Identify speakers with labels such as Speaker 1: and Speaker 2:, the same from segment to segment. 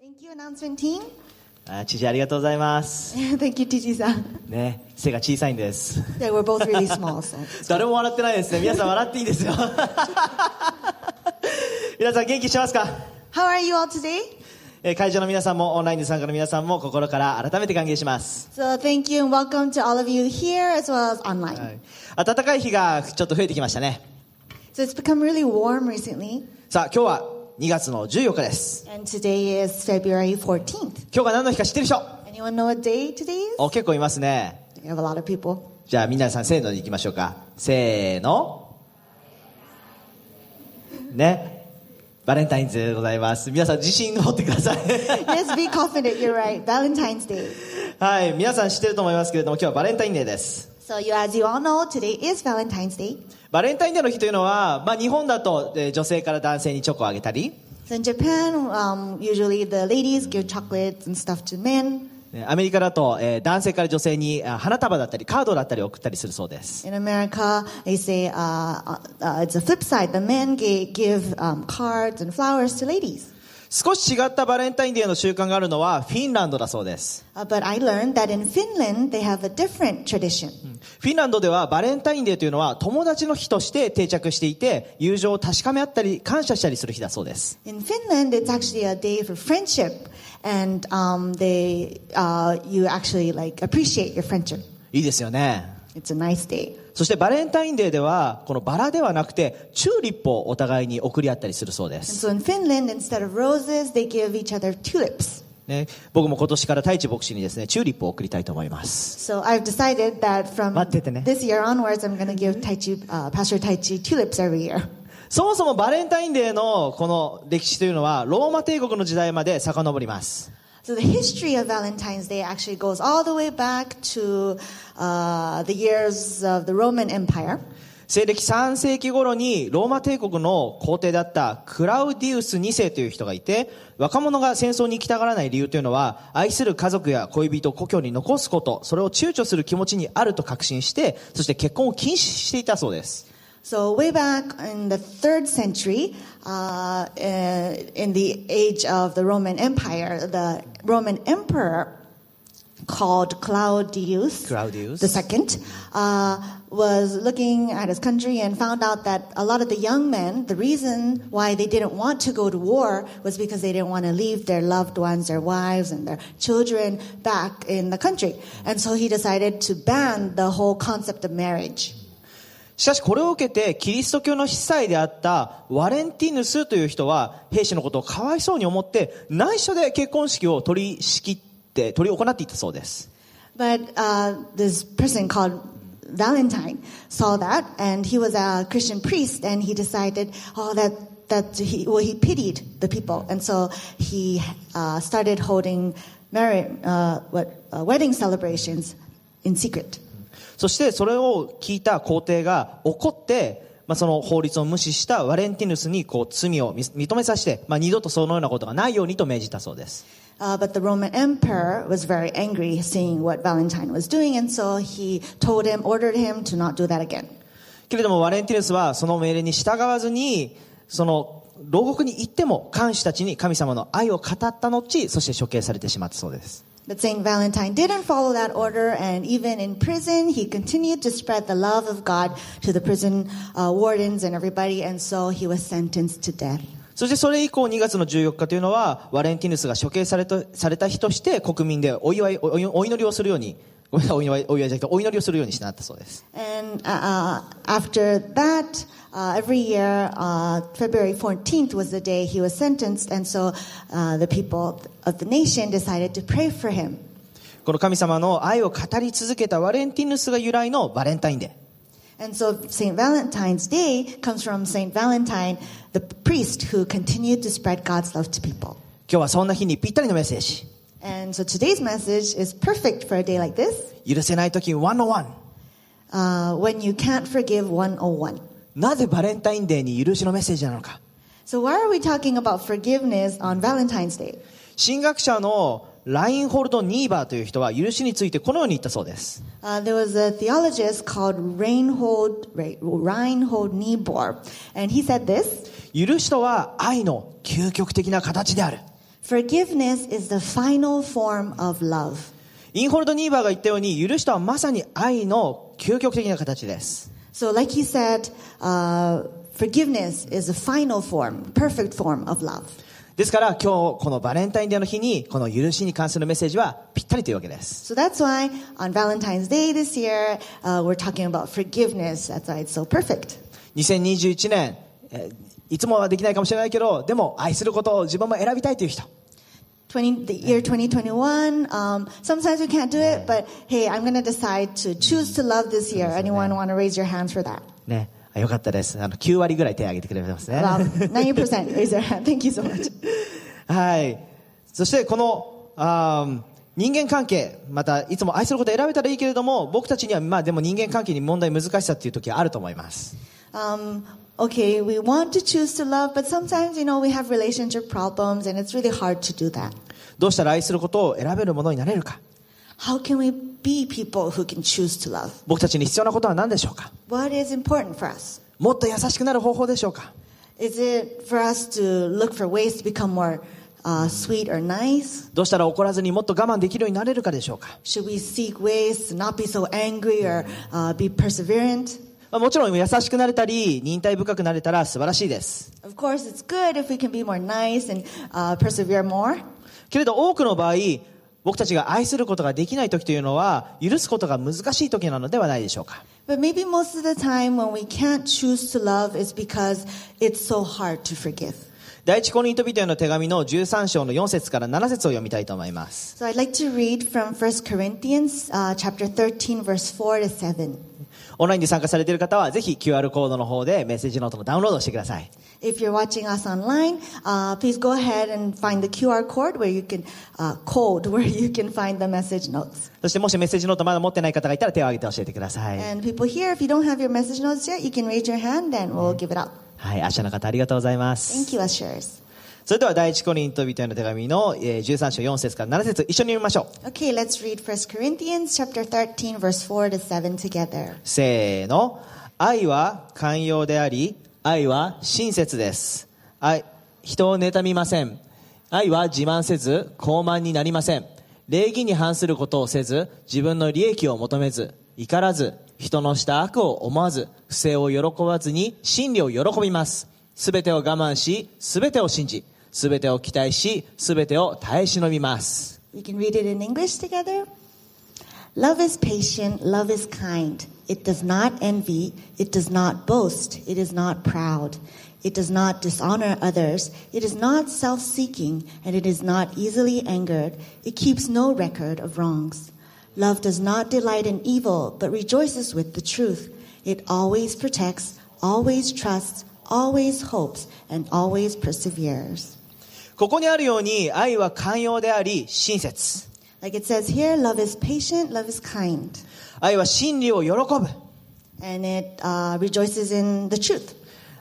Speaker 1: Thank you, announcement team.
Speaker 2: あー知事ありがとうございます。
Speaker 1: Thank you, Gigi san.
Speaker 2: ね、背が小さいんです。
Speaker 1: They were both really small, so.
Speaker 2: 誰も笑ってないですね。皆さん笑っていいですよ。 皆さん元気してますか、
Speaker 1: How are you all today?
Speaker 2: えー会場の皆さんもオンラインで参加の皆さんも心から改めて歓迎します。
Speaker 1: So, thank you and welcome to all of you here as well as online.
Speaker 2: 暖かい日がちょっと増えてきましたね。
Speaker 1: So, it's become really warm recently,
Speaker 2: さあ、今日は2月の14日です。
Speaker 1: and today is February 14th.
Speaker 2: 今日が何の日か知ってる人
Speaker 1: Anyone know what day today is?
Speaker 2: お、結構いますね。
Speaker 1: We have a lot of people.
Speaker 2: じゃあ皆さんせーのでいきましょうかせーのねバレンタインズでございます皆さん自信を持ってください
Speaker 1: Yes, be confident, you're right. Valentine's Day.
Speaker 2: はい皆さん知ってると思いますけれども今日はバレンタインデーです
Speaker 1: So, you, as you all know, today is Valentine's Day.
Speaker 2: バレンタインデーの日というのは、まあ、日本だと、えー女性から男性にチョコをあげたり
Speaker 1: So, in Japan, um, usually the ladies give chocolates and stuff to men.
Speaker 2: ねアメリカだと、えー男性から女性にあ花束だったりカードだったりを送ったりするそうです
Speaker 1: In America, they say uh, uh, uh, it's a flip side. The men ga- give um, cards and flowers to ladies.
Speaker 2: 少し違ったバレンタインデーの習慣があるのはフィンランドだそうです
Speaker 1: Uh, but I learned that in Finland, they have a different tradition.
Speaker 2: フィンランドではバレンタインデーというのは友達の日として定着していて友情を確かめ合ったり感謝したりする日だそうです
Speaker 1: In Finland, it's actually a day for friendship, and um, they uh, you actually like appreciate your friendship.
Speaker 2: いいですよね
Speaker 1: It's a nice day.
Speaker 2: そしてバレンタインデーではこのバラではなくてチューリップをお互いに贈り合ったりするそうで
Speaker 1: And
Speaker 2: す、
Speaker 1: so in Finland, instead of roses, they give each other tulips.
Speaker 2: ね、僕も今年から太一牧師にですねチューリップを贈りたいと思います
Speaker 1: So I've decided that from
Speaker 2: 待っててね。
Speaker 1: this year onwards, I'm going to give Taichi, uh, Pastor Taichi tulips every year.
Speaker 2: そもそもバレンタインデーのこの歴史というのはローマ帝国の時代まで遡ります
Speaker 1: So the history of Valentine's Day actually goes all the way back to uh, the years of the Roman Empire.
Speaker 2: 西暦3世紀頃にローマ帝国の皇帝だったクラウディウス2世という人がいて若者が戦争に行きたがらない理由というのは愛する家族や恋人を故郷に残すことそれを躊躇する気持ちにあると確信してそして結婚を禁止していたそうです
Speaker 1: So way back in the third century, uh, uh, in the age of the Roman Empire, the Roman emperor called Claudius,
Speaker 2: Claudius.
Speaker 1: the second uh, was looking at his country and found out that a lot of the young men, the reason why they didn't want to go to war was because they didn't want to leave their loved ones, their wives, and their children back in the country. And so he decided to ban the whole concept of marriage.
Speaker 2: しかしこれを受けてキリスト教の司祭であったワレンティヌスという人は兵士のことをかわいそうに思って内緒で結婚式を取り仕切って取り行っていたそうです
Speaker 1: But uh, this person called Valentine saw that, and he was a Christian priest, and he decided, oh, that that he well, he pitied the people, and so he uh, started holding marriage, uh, what uh, wedding celebrations in secret.
Speaker 2: そしてそれを聞いた皇帝が怒って、まあ、その法律を無視したワレンティヌスにこう罪を認めさせて、まあ、二度とそのようなことがないようにと命じたそうです。
Speaker 1: Uh, but the Roman emperor was very angry seeing what Valentine was doing, and so he told him, ordered him to not do that again.
Speaker 2: けれどもワレンティヌスはその命令に従わずに、その牢獄に行っても看守たちに神様の愛を語った後、そして処刑されてしまったそうです。
Speaker 1: But St. Valentine didn't follow that order, and even in prison, he continued to spread the love of God to the prison uh, wardens and everybody, and so he was sentenced to death.
Speaker 2: そしてそれ以降2月の14日というのはワレンティヌスが処刑されたされた日として国民でお祝いおおお祈りをするようにごめんなさいお祝いお祝いじゃなくてお祈りをするようにしてなったそうです。
Speaker 1: And uh, uh, after that, uh, every year, uh, February 14th was the day he was sentenced, and so uh, the people of the nation decided to pray for him.
Speaker 2: この神様の愛を語り続けたワレンティヌスが由来のバレンタインデー。
Speaker 1: And so St. Valentine's Day comes from St. Valentine, the priest who continued to spread God's love to people.
Speaker 2: 今日はそんな日にぴったりのメッセージ。
Speaker 1: And so today's message is perfect for a day like this.
Speaker 2: 許せない時101。
Speaker 1: Uh, when you can't forgive 101.
Speaker 2: なぜバレンタインデーに許しのメッセージなのか。
Speaker 1: So why are we talking about forgiveness on Valentine's Day?
Speaker 2: 神学者のラインホルド・ニーバーという人は許しについてこのように言ったそうです。
Speaker 1: Uh, there was a theologist called Reinhold, Re- Reinhold Niebuhr, and he said this.
Speaker 2: 許しとは愛の究極的な形である。
Speaker 1: Forgiveness is the final form of love.
Speaker 2: インホールド・ニーバーが言ったように、許しとはまさに愛の究極的な形です。
Speaker 1: So, like he said, uh, forgiveness is the final form, perfect form of love.
Speaker 2: ですから今日このバレンタインデーの日にこの許しに関するメッセージはぴったりというわけです。
Speaker 1: So that's why on Valentine's Day this year, uh, we're talking about forgiveness. That's why it's so perfect.
Speaker 2: 2021年、えーいつもはできないかもしれないけど、でも愛することを自分も選びたいという人。
Speaker 1: 20, the year 2021, um, sometimes we can't do it, but hey, I'm going to decide to choose to love this year. Anyone want to raise your hands for that?
Speaker 2: ね。あよかったです。あの、9割ぐらい手を挙げてくれてますね。
Speaker 1: About 90% raise their hand. Thank you so much.
Speaker 2: はい。そしてこの、あー人間関係、またいつも愛することを選べたらいいけれども、僕たちにはまあでも人間関係に問題難しさっていう時はあると思います。
Speaker 1: Um, okay, we want to choose to love, but sometimes, you know, we have relationship problems and it's really hard to do that.
Speaker 2: どうしたら愛することを選べるものになれるか。
Speaker 1: How can we be people who can choose to love?
Speaker 2: 僕たちに必要なことは何でしょうか
Speaker 1: What is important for us?
Speaker 2: もっと優しくなる方法でしょうか
Speaker 1: Is it for us to look for ways to become more uh, sweet or nice?
Speaker 2: どうしたら怒らずにもっと我慢できるようになれるかでしょうか、
Speaker 1: Should we seek ways to not be so angry or uh, be perseverant?
Speaker 2: まあ、もちろん優しくなれたり忍耐深くなれたら素晴らしいです
Speaker 1: Of course, it's good if we can be more nice and uh, persevere more.
Speaker 2: けれど多くの場合僕たちが愛することができない時というのは許すことが難しい時なのではないでしょうか
Speaker 1: But maybe most of the time when we can't choose to love is because it's so hard to forgive.
Speaker 2: 第一コリント人への手紙の13章の4節から7節を読みたいと思います
Speaker 1: So I'd like to read from 1 Corinthians uh, chapter 13 verse 4 to 7.
Speaker 2: オンラインで参加されている方はぜひ QR コードの方でメッセージノートのダウンロードをしてください
Speaker 1: If you're watching us online, uh, please go ahead and find the QR code where you can uh, code where you can find the message notes.
Speaker 2: そしてもしメッセージノートまだ持ってない方がいたら手を挙げて教えてください
Speaker 1: And people here, if you don't have your message notes yet, you can raise your hand and we'll give it up.
Speaker 2: はい明日の方ありがとうございます、
Speaker 1: Thank you, ushers.
Speaker 2: それでは第一コリント人への手紙のえー13章4節から7節一緒に読みましょう。
Speaker 1: Okay, let's read 1 Corinthians chapter 13 verse 4 to 7 together.
Speaker 2: せーの。愛は寛容であり、愛は親切です。愛、人を妬みません。愛は自慢せず、傲慢になりません。礼儀に反することをせず、自分の利益を求めず、怒らず、人のした悪を思わず、不正を喜ばずに、真理を喜びます。すべてを我慢し、すべてを信じ、すべてを期待し、すべてを耐え忍びます。
Speaker 1: We can read it in English together. Love is patient, love is kind. It does not envy, it does not boast, it is not proud. It does not dishonor others, it is not self seeking, and it is not easily angered. It keeps no record of wrongs. Love does not delight in evil, but rejoices with the truth. It always protects, always trusts, always hopes, and always perseveres.
Speaker 2: ここにあるように愛は寛容であり親切
Speaker 1: Like it says here, love is patient, love is kind.
Speaker 2: 愛は真理を喜ぶ
Speaker 1: and it uh, rejoices in the truth.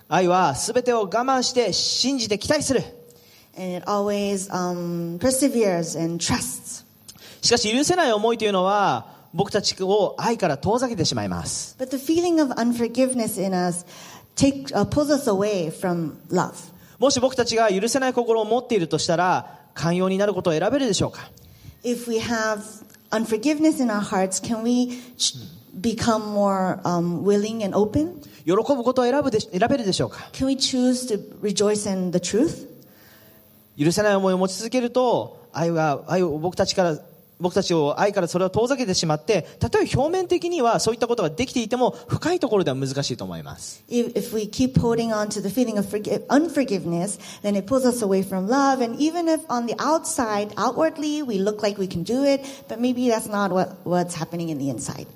Speaker 2: 愛は全てを我慢して信じて期待する
Speaker 1: And it always um, perseveres and trusts.
Speaker 2: しかし許せない思いというのは僕たちを愛から遠ざけてしまいます
Speaker 1: But the feeling of unforgiveness in us take, uh, pulls us away from love.
Speaker 2: もし僕たちが許せない心を持っているとしたら寛容になることを選べるでしょうか
Speaker 1: If we have unforgiveness in our hearts, can we ch- become more um, willing and open?
Speaker 2: 喜ぶことを選ぶで選べるでしょうか
Speaker 1: Can we choose to rejoice in the truth?
Speaker 2: 許せない思いを持ち続けると愛は愛を僕たちから僕たちを愛からそれを遠ざけてしまってたとえ表面的にはそういったことができていても深いところでは難しいと思います
Speaker 1: If, if we keep holding on to the feeling of forgi- unforgiveness, then it pulls us away from love. And even if on the outside, outwardly, we look like we can do it, but maybe that's not what, what's happening in the inside.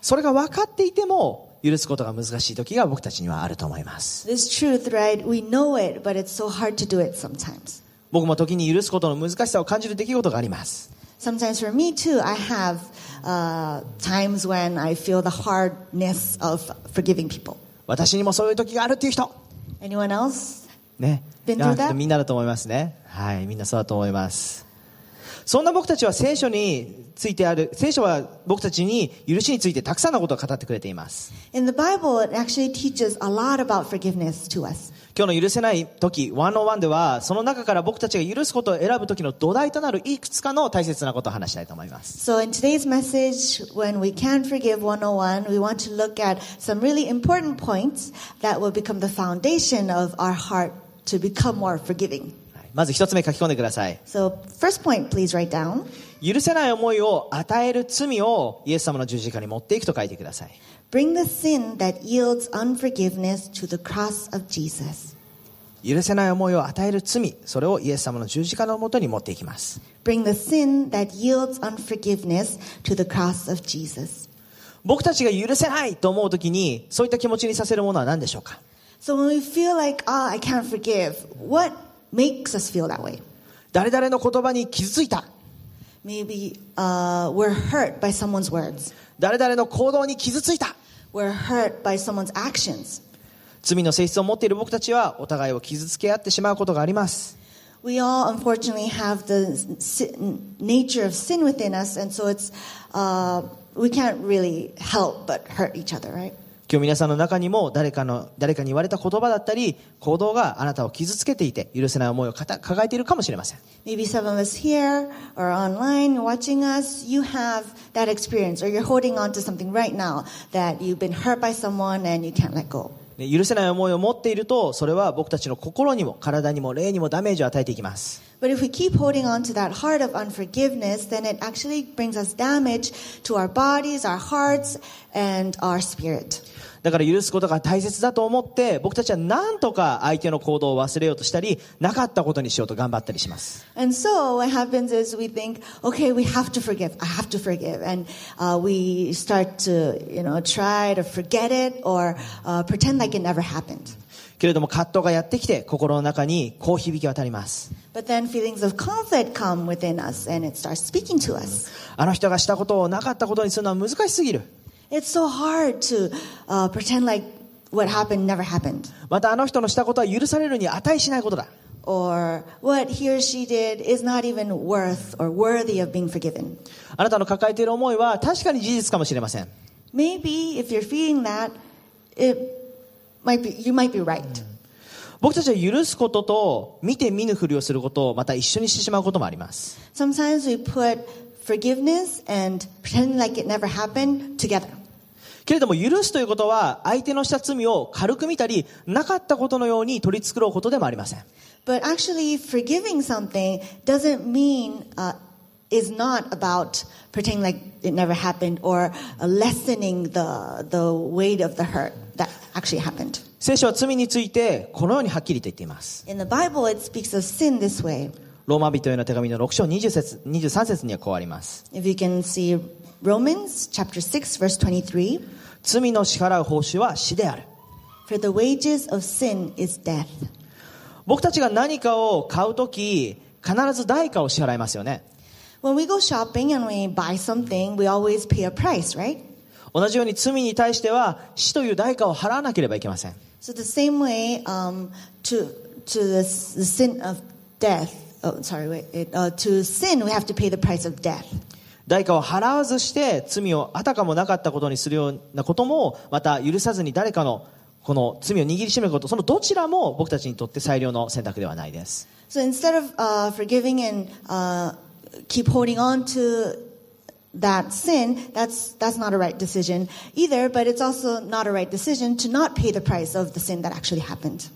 Speaker 2: それが分かっていても許すことが難しい時が僕たちにはあると思います
Speaker 1: This truth, right? We know it, but it's so hard to do it sometimes.
Speaker 2: 僕も時に許すことの難しさを感じる出来事があります
Speaker 1: Sometimes for me too, I have uh, times when I feel the hardness of forgiving people.
Speaker 2: 私にもそういう時があるっていう人
Speaker 1: Anyone else?
Speaker 2: ね
Speaker 1: Been through that?
Speaker 2: あみんなだと思いますねはいみんなそうだと思いますそんな僕たちは聖書についてある聖書は僕たちに許しについてたくさんのことを語ってくれています
Speaker 1: In the Bible, it actually teaches a lot about forgiveness to us.
Speaker 2: 今今日の許せない時101ではその中から僕たちが許すことを選ぶ時の土台となるいくつかの大切なことを話したいと思います
Speaker 1: So, in today's message, when we can forgive 101, we want to look at some really important points that will become the foundation of our heart to become more forgiving.
Speaker 2: はいまず一つ目書き込んでください
Speaker 1: So, first point, please write down
Speaker 2: 許せない思いを与える罪をイエス様の十字架に持っていくと書いてください
Speaker 1: bring the sin that yields unforgiveness to the cross of Jesus.
Speaker 2: 許せない思いを与える罪それをイエス様の十字架のもとに持っていきます
Speaker 1: Bring the sin that yields unforgiveness to the cross of Jesus.
Speaker 2: 僕たちが許せないと思う時にそういった気持ちにさせるものは何でしょうか
Speaker 1: So, when we feel like, ah, I can't forgive, what makes us feel that way?
Speaker 2: 誰々の言葉に傷ついた
Speaker 1: Maybe uh, we're hurt by someone's words.
Speaker 2: 誰々の行動に傷ついた
Speaker 1: We're hurt by someone's actions.
Speaker 2: 罪の性質を持っている僕たちはお互いを傷つけ合ってしまうことがあります
Speaker 1: We all unfortunately have the sin, nature of sin within us, and so it's uh, we can't really help but hurt each other, right?
Speaker 2: 今日皆さんの中にも誰かの誰かに言われた言葉だったり行動があなたを傷つけていて許せない思いをかた抱えているかもしれません
Speaker 1: Maybe some of us here or online watching us, you have that experience, or you're holding on to something right now that you've been hurt by someone and you can't let go.
Speaker 2: で許せない思いを持っているとそれは僕たちの心にも体にも霊にもダメージを与えていきます
Speaker 1: But if we keep holding on to that heart of unforgiveness, then it actually brings us damage to our bodies, our hearts, and our spirit.
Speaker 2: だから許すことが大切だと思って僕たちは何とか相手の行動を忘れようとしたりなかったことにしようと頑張ったりします
Speaker 1: And so what happens is we think, okay, we have to forgive. I have to forgive, and uh, we start to, you know, try to forget it or uh, pretend like it never happened.
Speaker 2: けれども葛藤がやってきて心の中にこう響き渡ります
Speaker 1: But then feelings of conflict come within us, and it starts speaking to us.
Speaker 2: あの人がしたことをなかったことにするのは難しすぎる
Speaker 1: It's so hard to uh, pretend like what happened never happened,
Speaker 2: またあの人のしたことは許されるに値しないことだ
Speaker 1: or what he or she did is not even worth or worthy of being forgiven.
Speaker 2: あなたの抱えている思いは確かに事実かもしれません
Speaker 1: Maybe if you're feeling that, it might be you might be right.
Speaker 2: 僕たちは許すことと見て見ぬふりをすることをまた一緒にしてしまうこともあります
Speaker 1: Sometimes we put forgiveness and pretending like it never happened together.
Speaker 2: けれども許すということは相手のした罪を軽く見たりなかったことのように取り繕うことでもありません
Speaker 1: But actually, forgiving something doesn't mean, uh, is not about pretending like it never happened or uh, lessening the, the weight of the hurt that actually happened.
Speaker 2: 聖書は罪についてこのようにはっきりと言っています
Speaker 1: In the Bible, it speaks of sin this way.
Speaker 2: ローマ人への手紙の6章20節23節にはこうあります
Speaker 1: If you can see Romans chapter 6, verse 23,
Speaker 2: 罪の支払う報酬は死である
Speaker 1: for the wages of sin is death.
Speaker 2: 僕たちが何かを買うとき必ず代価を支払いますよね
Speaker 1: When we go shopping and we buy something, we always pay a price, right?
Speaker 2: 同じように罪に対しては死という代価を払わなければいけません
Speaker 1: So the same way um, to to the, s- the sin of death. Oh, sorry, wait. It, uh, to sin, we have to pay the price of death.
Speaker 2: 代価を払わずして罪をあたかもなかったことにするようなこともまた許さずに誰かのこの罪を握りしめることそのどちらも僕たちにとって最良の選択ではないです
Speaker 1: So instead of uh, forgiving and uh, keep holding on to that sin, that's that's not a right decision either. But it's also not a right decision to not pay the price of the sin that actually happened.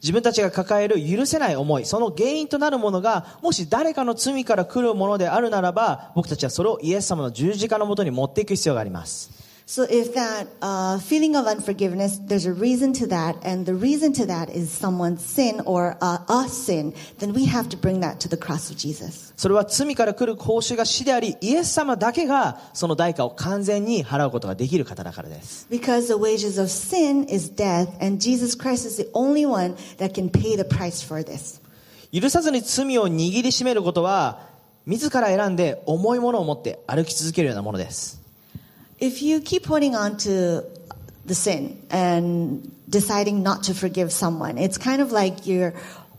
Speaker 2: 自分たちが抱える許せない思いその原因となるものがもし誰かの罪から来るものであるならば僕たちはそれをイエス様の十字架のもとに持っていく必要があります
Speaker 1: So if that uh, feeling of unforgiveness, there's a reason to that, and the reason to that is someone's sin or uh, a sin, then we have to bring that to the cross of Jesus.
Speaker 2: それは罪から来る報酬が死でありイエス様だけがその代価を完全に払うことができる方だからです
Speaker 1: Because the wages of sin is death, and Jesus Christ is the only one that can pay the price for this.
Speaker 2: 許さずに罪を握りしめることは自ら選んで重いものを持って歩き続けるようなものです
Speaker 1: If you keep holding on to the sin and deciding not to forgive someone, it's kind of like you're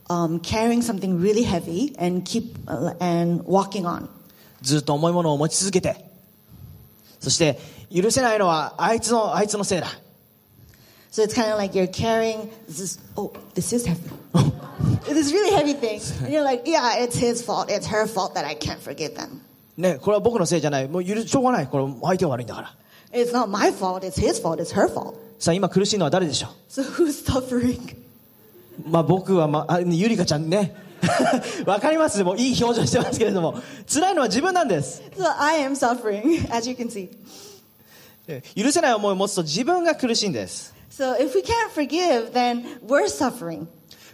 Speaker 1: um, carrying something really heavy and keep uh, and walking on.
Speaker 2: ずっと重いものを持ち続けてそして許せないのはあいつのあいつのせいだ
Speaker 1: So it's kind of like you're carrying this. Oh, this is heavy. Oh, this really heavy thing. And you're like, yeah, it's his fault. It's her fault that I can't forgive them.
Speaker 2: ね、これは僕のせいじゃない。もう許し、しょうがない。これ相手が悪いんだから。
Speaker 1: It's not my fault. It's his fault. It's her fault.
Speaker 2: さあ、今苦しいのは誰でしょ
Speaker 1: So who's suffering?
Speaker 2: うまあ僕は、まあ、あゆりかちゃんね。 わかりますもういい表情してますけれども。辛いのは自分なんです。
Speaker 1: So I am suffering, as you can see.
Speaker 2: え許せない思いを持つと自分が苦しいんです。
Speaker 1: So if we can't forgive, then we're suffering.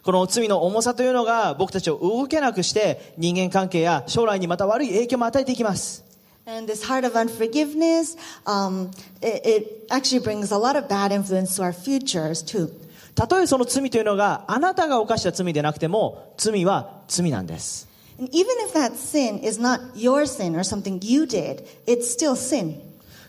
Speaker 2: この罪の重さというのが僕たちを動けなくして人間関係や将来にまた悪い影響も与えていきます。
Speaker 1: And this heart of unforgiveness, um, it, it actually brings a lot of bad influence to our futures too.
Speaker 2: たとえその罪というのがあなたが犯した罪でなくても罪は罪なんです。
Speaker 1: And even if that sin is not your sin or something you did, it's still sin.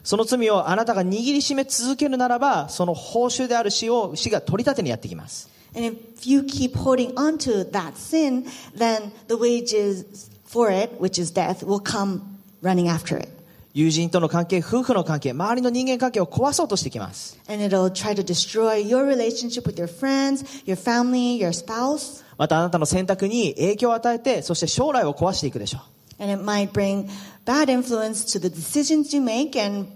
Speaker 2: その罪をあなたが握りしめ続けるならばその報酬である死を死が取り立てにやってきます。
Speaker 1: And if you keep holding on to that sin, then the wages for it, which is death, will come running after it.
Speaker 2: 友人との関係、夫婦の関係、周りの人間関係を壊そうとしてきます。
Speaker 1: And it'll try to destroy your relationship with your friends, your family, your spouse.
Speaker 2: またあなたの選択に影響を与えて、そして将来を壊していくでしょう。
Speaker 1: And it might bring bad influence to the decisions you make and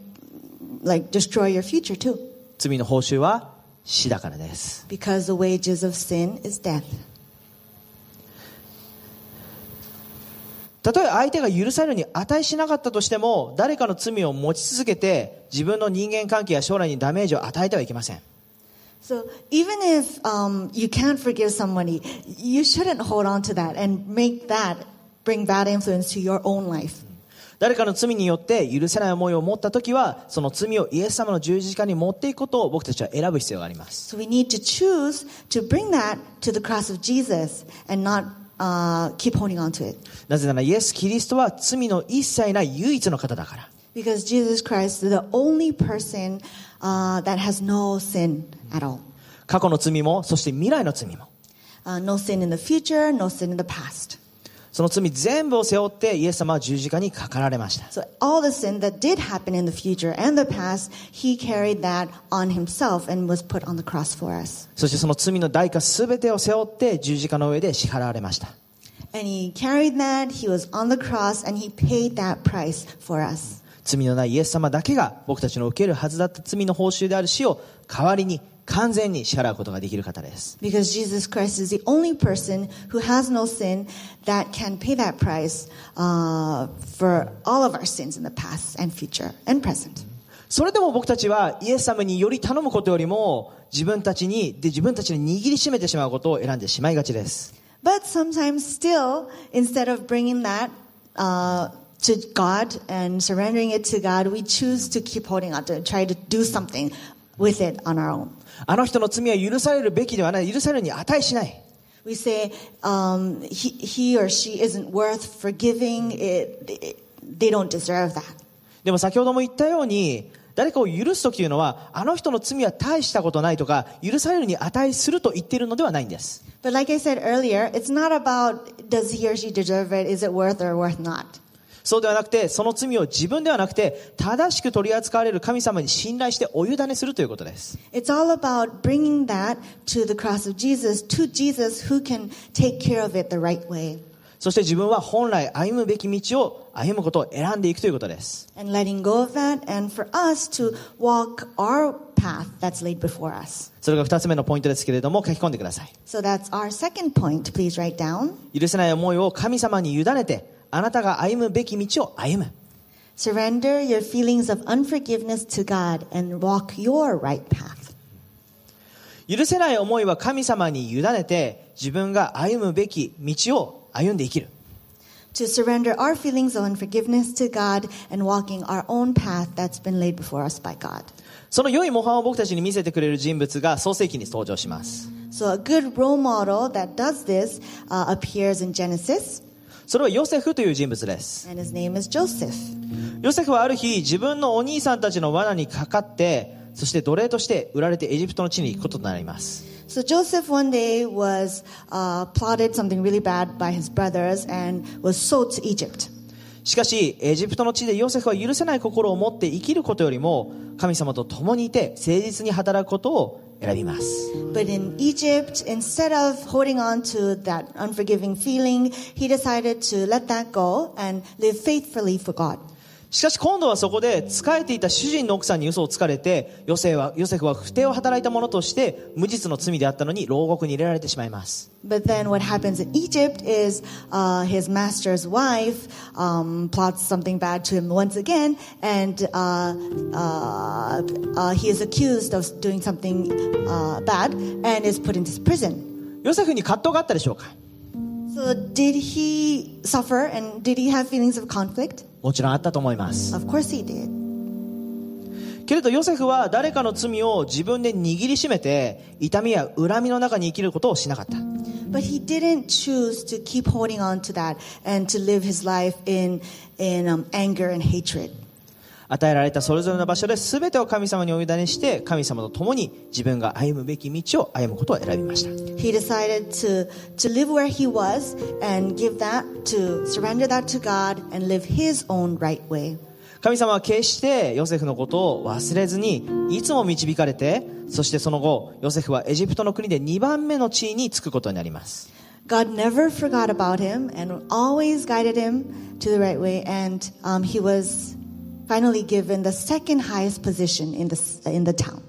Speaker 1: like destroy your future too.
Speaker 2: 罪の報酬は死だからです。
Speaker 1: Because the wages of sin is death.
Speaker 2: たとえ相手が許されるに値しなかったとしても、誰かの罪を持ち続けて、自分の人間関係や将来にダメージを与えてはいけません。
Speaker 1: So even if um, you can't forgive somebody, you shouldn't hold on to that and make that bring bad influence to your own life.
Speaker 2: 誰かの罪によって許せない思いを持った時は、その罪をイエス様の十字架に持っていくことを僕たちは選ぶ必要があります。
Speaker 1: So we need to choose to bring that to the cross of Jesus and not uh, keep holding on to it.
Speaker 2: なぜならイエス・キリストは罪の一切ない唯一の方だから。
Speaker 1: Because Jesus Christ is the only person uh, that has no sin at all.
Speaker 2: 過去の罪も、そして未来の罪も。
Speaker 1: Uh, no sin in the future, no sin in the past.
Speaker 2: その罪全部を背負ってイエス様は十字架にかかられました。
Speaker 1: So all the sin that did happen in the future and the past, he carried that on himself and was put on the cross for us.
Speaker 2: そしてその罪の代価全てを背負って十字架の上で支払われました。
Speaker 1: And he carried that, he was on the cross, and he paid that price for us.
Speaker 2: 罪のないイエス様だけが僕たちの受けるはずだった罪の報酬である死を代わりに完全に支払うことができる方です。
Speaker 1: Because Jesus Christ is the only person who has no sin that can pay that price uh, for all of our sins in the past and future and present.
Speaker 2: それでも僕たちはイエス様により頼むことよりも自分たちに、で自分たちに握りしめてしまうことを選んでしまいがちです。
Speaker 1: But sometimes, still, instead of bringing that uh, to God and surrendering it to God, we choose to keep holding on to it, try to do something with it on our own.
Speaker 2: あの人の罪は許されるべきではない。許されるに値しない。
Speaker 1: We say um, he, he or she isn't worth forgiving, it, it, they don't deserve that.
Speaker 2: でも先ほども言ったように、誰かを許すときというのは、あの人の罪は大したことないとか、許されるに値すると言っているのではないんです。
Speaker 1: But like I said earlier, it's not about does he or she deserve it, is it worth or worth not.
Speaker 2: そうではなくて、その罪を自分ではなくて、正しく取り扱われる神様に信頼してお委ねするということです。
Speaker 1: It's all about bringing that to the cross of Jesus, to Jesus who can take care of it the right way.
Speaker 2: そして自分は本来歩むべき道を歩むことを選んでいくということです。
Speaker 1: and letting go of that, and for us to walk our path that's laid before us.
Speaker 2: それが二つ目のポイントですけれども、書き込んでくださ
Speaker 1: So that's our second point. Please write down.
Speaker 2: い。許せない思いを神様に委ねて、あなたが歩むべき道を歩む。
Speaker 1: Surrender your feelings of unforgiveness to God and walk your right path.
Speaker 2: 許せない思いは神様に委ねて、自分が歩むべき道を歩んで生きる。
Speaker 1: To surrender our feelings of unforgiveness to God and walking our own path that's been laid before us by God.
Speaker 2: その良い模範を僕たちに見せてくれる人物が創世記に登場します。
Speaker 1: So a good role model that does this uh, appears in Genesis,
Speaker 2: それはヨセフという人物です。
Speaker 1: and his name is Joseph.
Speaker 2: ヨセフはある日自分のお兄さんたちの罠にかかってそして奴隷として売られてエジプトの地に行くこととなります
Speaker 1: So Joseph one day was uh, plotted something really bad by his brothers and was sold to Egypt.
Speaker 2: しかしエジプトの地でヨセフは許せない心を持って生きることよりも神様と共にいて誠実に働くことを選びます。
Speaker 1: But in Egypt, instead of holding on to that unforgiving feeling, he decided to let that go and live faithfully for God.
Speaker 2: しかし今度はそこで仕えていた主人の奥さんに嘘をつかれてヨセフはヨセフは不定を働いた者として無実の罪であったのに牢獄に入れられてしまいます
Speaker 1: But then what happens in Egypt is uh, his master's wife um, plots something bad to him once again, and uh, uh, uh, he is accused of doing something uh, bad and is put into prison.
Speaker 2: ヨセフに葛藤があったでしょうか
Speaker 1: So, did he suffer and did he have feelings of conflict?
Speaker 2: もちろんあったと思います
Speaker 1: Of course he did.
Speaker 2: けれどヨセフは誰かの罪を自分で握りしめて痛みや恨みの中に生きることをしなかった
Speaker 1: But he didn't choose to keep holding on to that and to live his life in, in um, anger and hatred.
Speaker 2: 与えられたそれぞれの場所で全てを神様にお委ねして神様と共に自分が歩むべき道を歩むことを選びました
Speaker 1: He decided to, to live where he was and give that to surrender that to God and live his own right way.
Speaker 2: 神様は決してヨセフのことを忘れずにいつも導かれてそしてその後ヨセフはエジプトの国で2番目の地位につくことになります
Speaker 1: God never forgot about him and always guided him to the right way, and um, he was finally given the second highest position in the, in the town.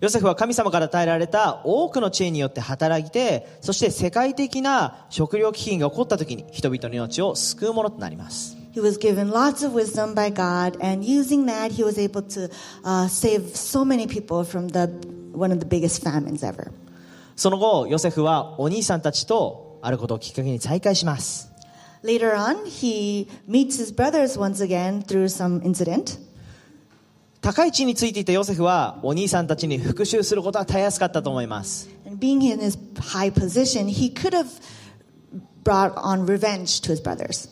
Speaker 2: ヨセフは神様から与えられた多くの地位によって働いてそして世界的な食糧危機が起こった時に人々の命を救うものとなります
Speaker 1: He was given lots of wisdom by God, and using that, he was able to uh, save so many people from the one of the biggest famines ever.
Speaker 2: その後ヨセフはお兄さんたちとあることをきっかけに再会します
Speaker 1: Later on, he meets his brothers once again through some incident.
Speaker 2: 高い地位についていたヨセフはお兄さんたちに復讐することはたやすかったと思います
Speaker 1: And being in his high position, he could have brought on revenge to his brothers.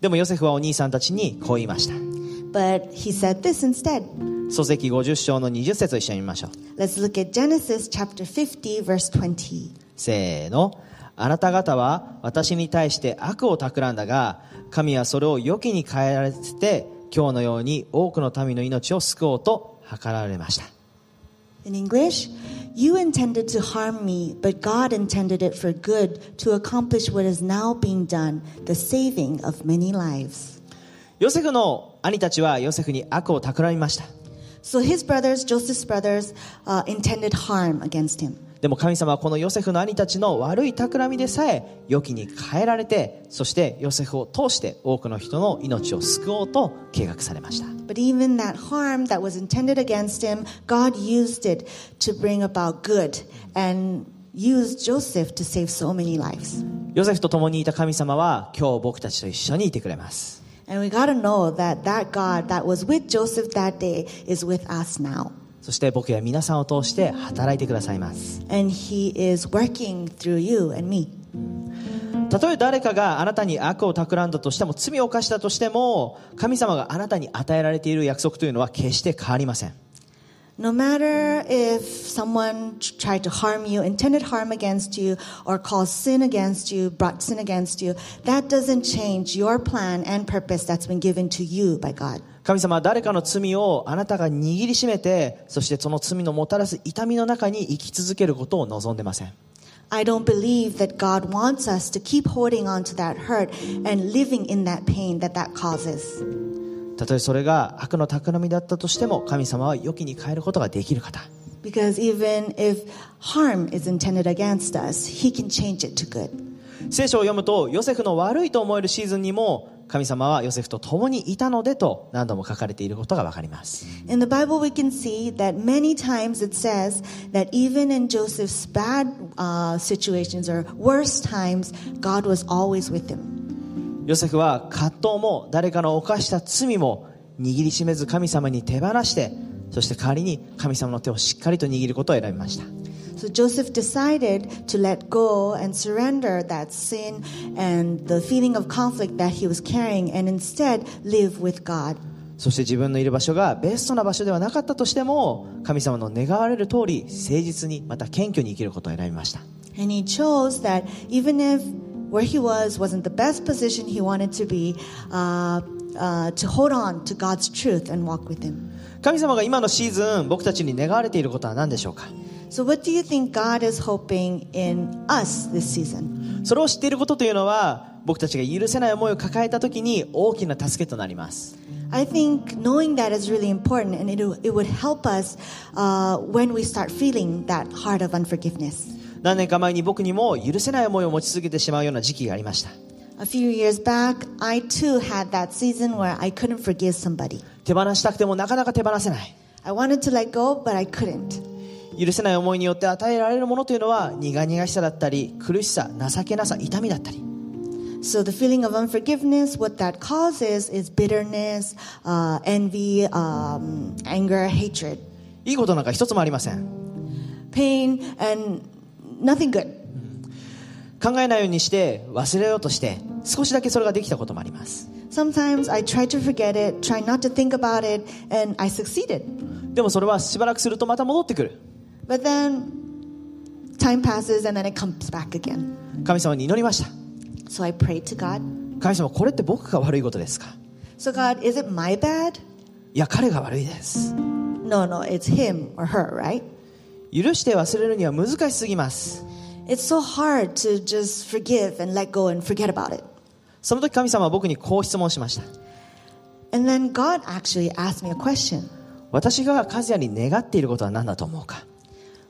Speaker 2: でもヨセフはお兄さんたちにこう言いました
Speaker 1: But he said this instead.
Speaker 2: 書籍50章の20節を一緒に見ましょう
Speaker 1: Let's look at Genesis chapter 50, verse 20.
Speaker 2: せーのあなた方は私に対して悪を企んだが神はそれを良きに変えられて今日のように多くの民の命を救おうと計られました
Speaker 1: In English, you intended to harm me, but God intended it for good to accomplish what is now being done, the saving of many lives.
Speaker 2: ヨセフの兄たちはヨセフに悪を企みました
Speaker 1: So his brothers, Joseph's brothers, uh, intended harm against him.
Speaker 2: でも神様はこのヨセフの兄たちの悪い企みでさえ良きに変えられてそしてヨセフを通して多くの人の命を救おうと計画されました
Speaker 1: But even that harm that was intended against him, God used it to bring about good and used Joseph to save so many lives.
Speaker 2: ヨセフと共にいた神様は今日僕たちと一緒にいてくれます
Speaker 1: And we gotta know that that God that was with Joseph that day is with us now.
Speaker 2: そして僕や皆さんを通して働いてくださいます
Speaker 1: And he is working through you and me.
Speaker 2: たとえ誰かがあなたに悪を企んだとしても罪を犯したとしても神様があなたに与えられている約束というのは決して変わりません
Speaker 1: No matter if someone t- tried to harm you, intended harm against you, or caused sin against you, brought sin against you, that doesn't change your plan and purpose that's been given to you by God.
Speaker 2: 神様は誰かの罪をあなたが握りしめてそしてその罪のもたらす痛みの中に生き続けることを望んでません
Speaker 1: I don't believe that God wants us to keep holding on to that hurt and living in that pain that that causes.
Speaker 2: たとえそれが悪の企みだったとしても神様は良きに変えることができる方
Speaker 1: Because even if harm is intended against us, He can change it to good.
Speaker 2: 聖書を読むとヨセフの悪いと思えるシーズンにも神様はヨセフと共にいたのでと何度も書かれていることがわかります
Speaker 1: In the Bible, we can see that many times it says that even in Joseph's bad uh, situations or worst times, God was always with him.
Speaker 2: ヨセフは葛藤も誰かの犯した罪も握りしめず神様に手放してそして代わりに神様の手をしっかりと握ることを選びました
Speaker 1: So Joseph decided to let go and surrender that sin and the feeling of conflict that he was carrying and instead live with God.
Speaker 2: そして自分のいる場所がベストな場所ではなかったとしても神様の願われる通り誠実にまた謙虚に生きることを選びました
Speaker 1: And he chose that even if where he was wasn't the best position he wanted to be, uh, uh, to hold on to God's truth and walk with him.
Speaker 2: 神様が今のシーズン僕たちに願われていることは何でしょうか
Speaker 1: So, what do you think God is hoping in us this season?
Speaker 2: それを知っていることというのは僕たちが許せない思いを抱えた時に大きな助けとなります
Speaker 1: I think knowing that is really important, and it, it would help us uh, when we start feeling that heart of unforgiveness.
Speaker 2: 何年か前に僕にも許せない思いを持ち続けてしまうような時期がありました
Speaker 1: A few years back, I too had that season where I couldn't forgive somebody.
Speaker 2: 手放したくてもなかなか手放せない
Speaker 1: I wanted to let go, but I couldn't.
Speaker 2: 許せない思いによって与えられるものというのは苦々しさだったり苦しさ情けなさ痛みだったり
Speaker 1: So, the feeling of unforgiveness, what that causes is bitterness, uh, envy, um, anger, hatred,
Speaker 2: いいことなんか一つもありません
Speaker 1: pain, and nothing good.
Speaker 2: 考えないようにして忘れようとして少しだけそれができたこともあります
Speaker 1: Sometimes I try to forget it, try not to think about it, and I succeeded.
Speaker 2: でもそれはしばらくするとまた戻ってくる
Speaker 1: But then time passes and then it comes back again.
Speaker 2: 神様に祈りました
Speaker 1: So I prayed to God.
Speaker 2: 神様これって僕が悪いことですか
Speaker 1: So, God, is it my bad?
Speaker 2: いや彼が悪いです
Speaker 1: No, no, it's him or her, right?
Speaker 2: 許して忘れるには難しすぎます
Speaker 1: It's so hard to just forgive and let go and forget about it.
Speaker 2: その時神様は僕にこう質問しました
Speaker 1: And then God actually asked me a question
Speaker 2: 私が和也に願っていることは何だと思うか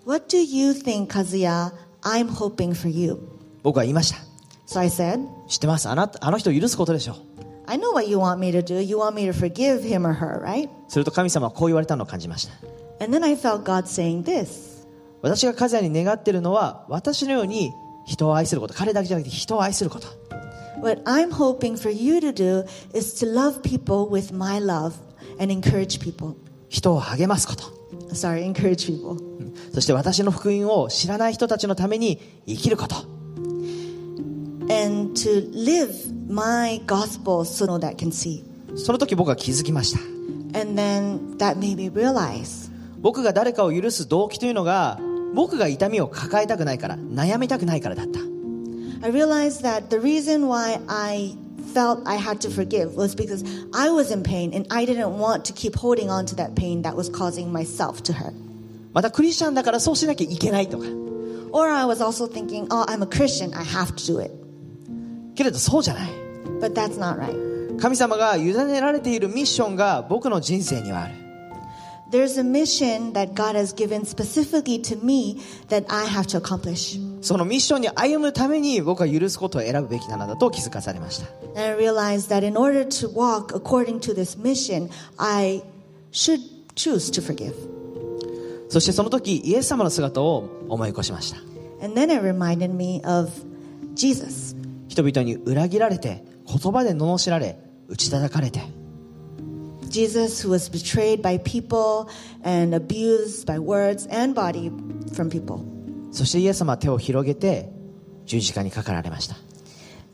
Speaker 1: What do you think, Kazuya? I'm hoping for you.
Speaker 2: 僕は言いました
Speaker 1: So I said,
Speaker 2: 知ってますあなたあの人を許すことでしょう
Speaker 1: I know what you want me to do. You want me to forgive him or her, right?
Speaker 2: すると神様はこう言われたのを感じました
Speaker 1: And then I felt God saying this
Speaker 2: 私が和也に願っているのは私のように人を愛すること彼だけじゃなくて人を愛すること
Speaker 1: What I'm hoping for you to do is to love people with my love and encourage people.
Speaker 2: 人を励ますこと
Speaker 1: Sorry, encourage people.
Speaker 2: そして私の福音を知らない人たちのために生きること
Speaker 1: And to live my gospel so no that can see.
Speaker 2: その時僕は気づきました
Speaker 1: And then that made me realize
Speaker 2: 僕が誰かを許す動機というのが僕が痛みを抱えたくないから悩みたくないからだった
Speaker 1: I realized that the reason why I felt I had to forgive was because I was in pain and I didn't want to keep holding on to that pain that was causing myself to hurt.
Speaker 2: またクリスチャンだからそうしなきゃいけないとか
Speaker 1: Or I was also thinking, oh, I'm a Christian, I have to do it.
Speaker 2: けれどそうじゃない
Speaker 1: But that's not right.
Speaker 2: 神様が委ねられているミッションが僕の人生にはある
Speaker 1: There's a mission that God has given specifically to me that I have to accomplish.
Speaker 2: そのミッションに歩むために僕は許すことを選ぶべきなのだと気づかされました
Speaker 1: And I realized that in order to walk according to this mission, I should choose to forgive.
Speaker 2: そしてその時イエス様の姿を思い起こしました
Speaker 1: And then it reminded me of Jesus.
Speaker 2: 人々に裏切られて言葉で罵られ打ち叩かれて
Speaker 1: Jesus, who was betrayed by people and abused by words and body from people.
Speaker 2: そしてイエス様は手を広げて十字架にかかられました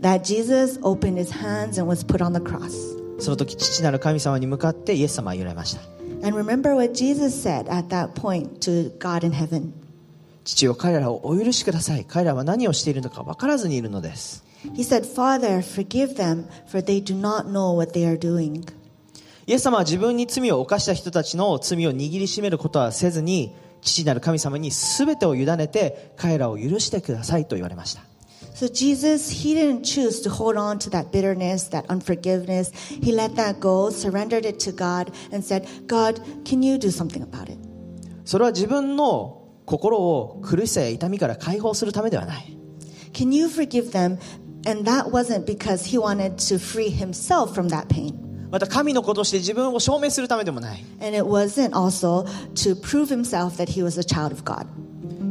Speaker 1: That Jesus opened his hands and was put on the cross.
Speaker 2: その時父なる神様に向かってイエス様は揺れました
Speaker 1: And remember what Jesus said at that point to God in heaven.
Speaker 2: 父よ彼らをお許しください彼らは何をしているのか分からずにいるのです
Speaker 1: He said, Father, forgive them, for they do not know what they are doing.
Speaker 2: イエス様は自分に罪を犯した人たちの罪を握りしめることはせずに父なる神様に全てを委ねて彼らを許してくださいと言われました
Speaker 1: So Jesus, he didn't choose to hold on to that bitterness, that unforgiveness. He let that go, surrendered it to God, and said, God, can you do something about it?
Speaker 2: それは自分の心を苦しさや痛みから解放するためではない
Speaker 1: Can you forgive them? And that wasn't because he wanted to free himself from that pain.
Speaker 2: また神の子として自分を証明するためでもない
Speaker 1: And it wasn't also to prove himself that he was a child of God.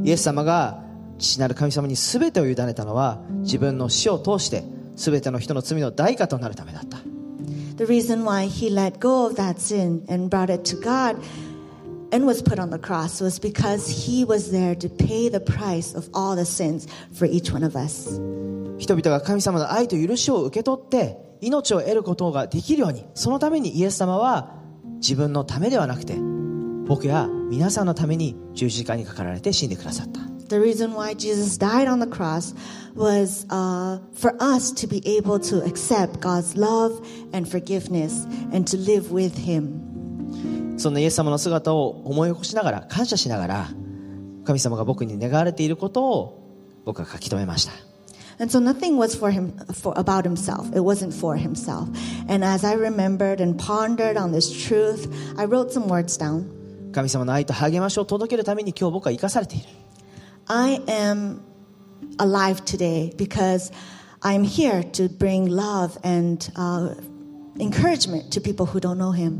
Speaker 2: イエス様が父なる神様に全てを委ねたのは自分の死を通して全ての人の罪の代価となるためだった
Speaker 1: The reason why he let go of that sin and brought it to God and was put on the cross was because he was there to pay the price of all the sins for each one of us.
Speaker 2: 人々が神様の愛と許しを受け取って命を得ることができるようにそのためにイエス様は自分のためではなくて僕や皆さんのために十字架にかかられて死んでくださった
Speaker 1: The reason why Jesus died on the cross was uh, for us to be able to accept God's love and forgiveness and to live with Him.
Speaker 2: そんなイエス様の姿を思い起こしながら感謝しながら神様が僕に願われていることを僕は書き留めました
Speaker 1: And so nothing was for him for, about himself. It wasn't for himself. And as I remembered and pondered on this truth, I wrote some words down.
Speaker 2: 神様の愛と励ましを届けるために今日僕は生かされている
Speaker 1: I am alive today because I'm here to bring love and uh, encouragement to people who don't know him.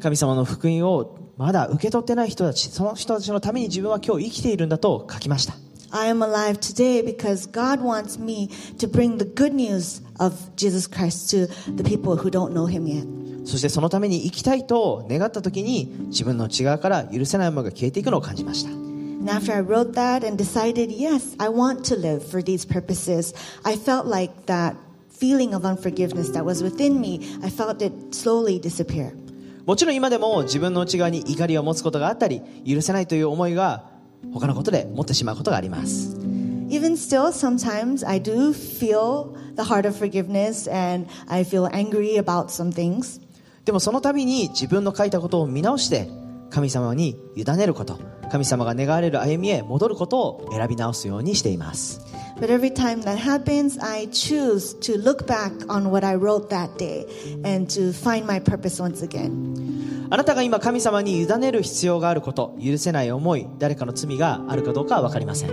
Speaker 2: 神様の福音をまだ受け取ってない人たちその人たちのために自分は今日生きているんだと書きました
Speaker 1: I am alive today because God wants me to bring the good news of Jesus Christ to the people who don't know him yet.
Speaker 2: そしてそのために生きたいと願った時に自分の内側から許せないものが消えていくのを感じました
Speaker 1: And after I wrote that and decided, yes, I want to live for these purposes, I felt like that feeling of unforgiveness that was within me, I felt it slowly disappear.
Speaker 2: もちろん今でも自分の内側に怒りを持つことがあったり許せないという思いが他のことで持ってしまうことがあります
Speaker 1: Even still, sometimes I do feel the heart of forgiveness and I feel angry about some things.
Speaker 2: でもその度に自分の書いたことを見直して神様に委ねること神様が願われる歩みへ戻ることを選び直すようにしています
Speaker 1: But every time that happens, I choose to look back on what I wrote that day and to find my purpose once again.
Speaker 2: あなたが今神様に委ねる必要があること許せない思い誰かの罪があるかどうかは分かりません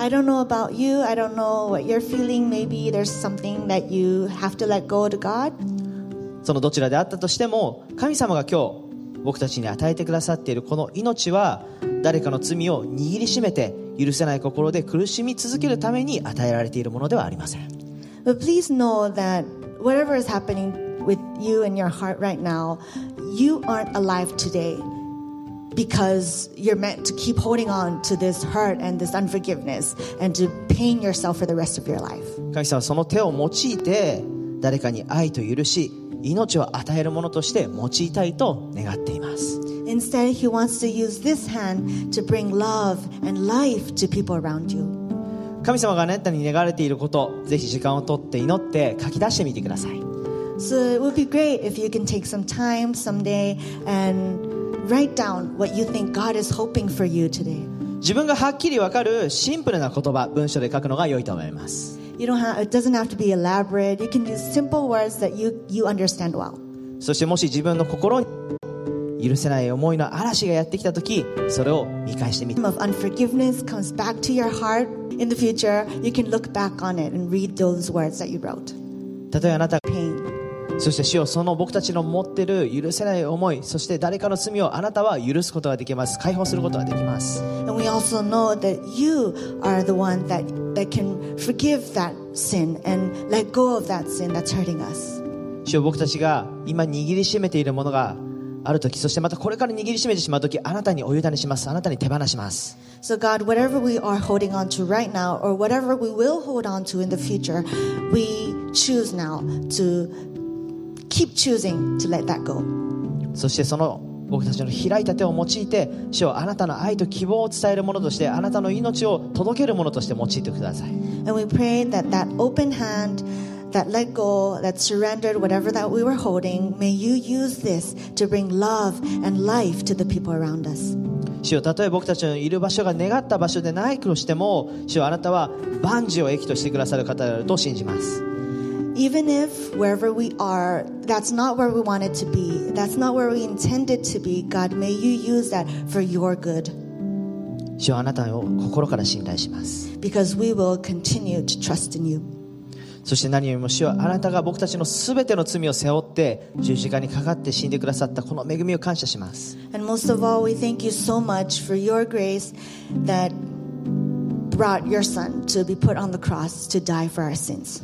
Speaker 1: I don't know about you. I don't know what you're feeling. Maybe there's something that you have to let go to God.
Speaker 2: そのどちらであったとしても神様が今日僕たちに与えてくださっているこの命は誰かの罪を握りしめて許せない心で苦しみ続けるために与えられているものではありません
Speaker 1: But please know that whatever is happening with you and your heart right now, you aren't alive today because you're meant to keep holding on to this hurt and this unforgiveness and to pain yourself for the rest of your life.
Speaker 2: 神様はその手を用いて誰かに愛と許し命を与えるものとして用いたいと願っています
Speaker 1: Instead, he wants to use this hand to bring love and life to people around you.
Speaker 2: 神様があなたに願われていることぜひ時間を取って祈って書き出してみてください
Speaker 1: So it would be great if you can take some time someday and write down what you think God is hoping for you today.
Speaker 2: 自分がはっきりわかるシンプルな言葉文章で書くのが良いと思います
Speaker 1: You don't have, it doesn't have to be elaborate. You can use simple words that you, you understand well.
Speaker 2: そしてもし自分の心に許せない思いの嵐がやってきた時それを見返してみて
Speaker 1: If unforgiveness comes back to your heart in the future, you can look back on it and read those words that you wrote.
Speaker 2: たとえあなた
Speaker 1: Pain.
Speaker 2: そして主をその僕たちの持ってる許せない思いそして誰かの罪をあなたは許すことができます解放することができます
Speaker 1: And we also know that you are the one that, that can forgive that sin and let go of that sin that's hurting us.
Speaker 2: 主を僕たちが今握りしめているものがある時そしてまたこれから握りしめてしまう時あなたにお委ねしますあなたに手放します
Speaker 1: So, God, whatever we are holding on to right now or whatever we will hold on to in the future, we choose now to keep choosing to let that go.
Speaker 2: そしてその僕たちの開いた手を用いて主をあなたの愛と希望を伝えるものとしてあなたの命を届けるものとして用いてください
Speaker 1: And we pray that that open hand, that let go, that surrendered, whatever that we were holding, may you use this to bring love and life to the people around us.
Speaker 2: 主よたとえ僕たちのいる場所が願った場所でないとしても主よあなたは万事を益としてくださる方であると信じます
Speaker 1: Even if wherever we are, that's not where we wanted to be, that's not where we intended to be, God, may you use that for your good
Speaker 2: 主よあなたを心から信頼します
Speaker 1: because we will continue to trust in you.
Speaker 2: そして何よりも主よあなたが僕たちの全ての罪を背負って十字架にかかって死んでくださったこの恵みを感謝します
Speaker 1: And most of all, we thank you so much for your grace that brought your son to be put on the cross to die for our sins.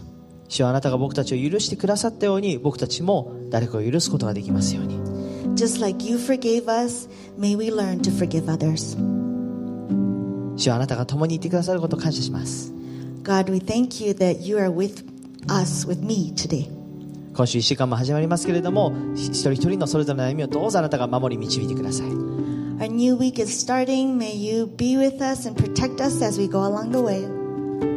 Speaker 2: 主よあなたが僕たちを許してくださったように僕たちも誰かを許すことができますように
Speaker 1: Just like you forgave us, may we learn to forgive others.
Speaker 2: 主よあなたが共にいてくださることを感謝します
Speaker 1: God, we thank you that you are with us, with me today.
Speaker 2: 今週1週間も始まりますけれども一人一人のそれぞれの歩みをどうぞあなたが守り導いてください
Speaker 1: Our new week is starting. May you be with us and protect us as we go along the way.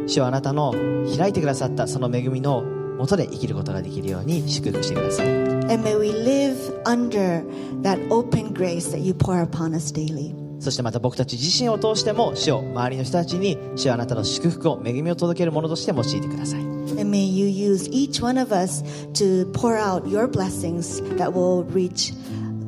Speaker 2: 主はあなたの開いてくださったその恵みのもとで生きることができるように祝福してください
Speaker 1: And may we live under that open grace that you pour upon us daily.
Speaker 2: そしてまた僕たち自身を通しても主を周りの人たちに主はあなたの祝福を恵みを届けるものとして用いてください
Speaker 1: And may you use each one of us to pour out your blessings that will reach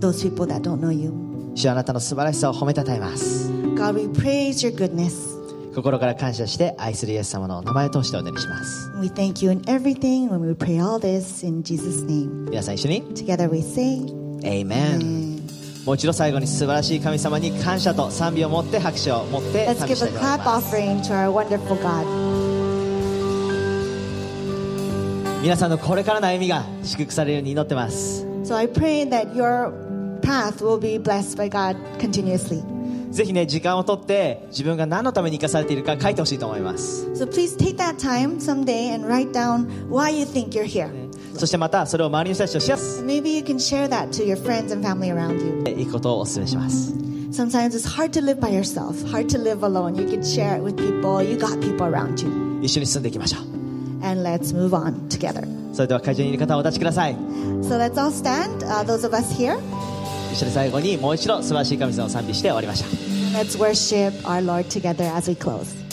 Speaker 1: those people that don't know you.
Speaker 2: 主はあなたの素晴らしさを褒めたたえます
Speaker 1: God, we praise your goodness.
Speaker 2: 心から感謝して愛するイエス様のお名前を通してお祈りします
Speaker 1: We thank you in everything when we pray all this in Jesus' name.
Speaker 2: 皆さん一緒に
Speaker 1: Together we say,
Speaker 2: エイメンもう一度最後に素晴らしい神様に感謝と賛美を持って拍手を持って
Speaker 1: Let's
Speaker 2: 賛美
Speaker 1: give
Speaker 2: した
Speaker 1: a
Speaker 2: いと思い
Speaker 1: clap
Speaker 2: ます
Speaker 1: offering to our wonderful God.
Speaker 2: 皆さんのこれからの歩みが祝福されるように祈ってます
Speaker 1: So I pray that your path will be blessed by God continuously.
Speaker 2: ぜひね時間をとって自分が何のために生かされているか書いてほしいと思います
Speaker 1: So please take that time someday and write down why you think you're here.
Speaker 2: そしてまたそれを周りの人たちとシェアす
Speaker 1: And maybe you can share that to your friends and family around you.
Speaker 2: いくことをお勧めします
Speaker 1: Sometimes it's hard to live by yourself, hard to live alone. You can share it with people, you got people around you.
Speaker 2: 一緒に進んでいきましょう
Speaker 1: And let's move on together.
Speaker 2: それでは会場にいる方はお立ちください
Speaker 1: So let's all stand, uh, those of us here.
Speaker 2: 一緒に最後にもう一度素晴らしい神様を賛美して終わりましょう
Speaker 1: Let's worship our Lord together as we close.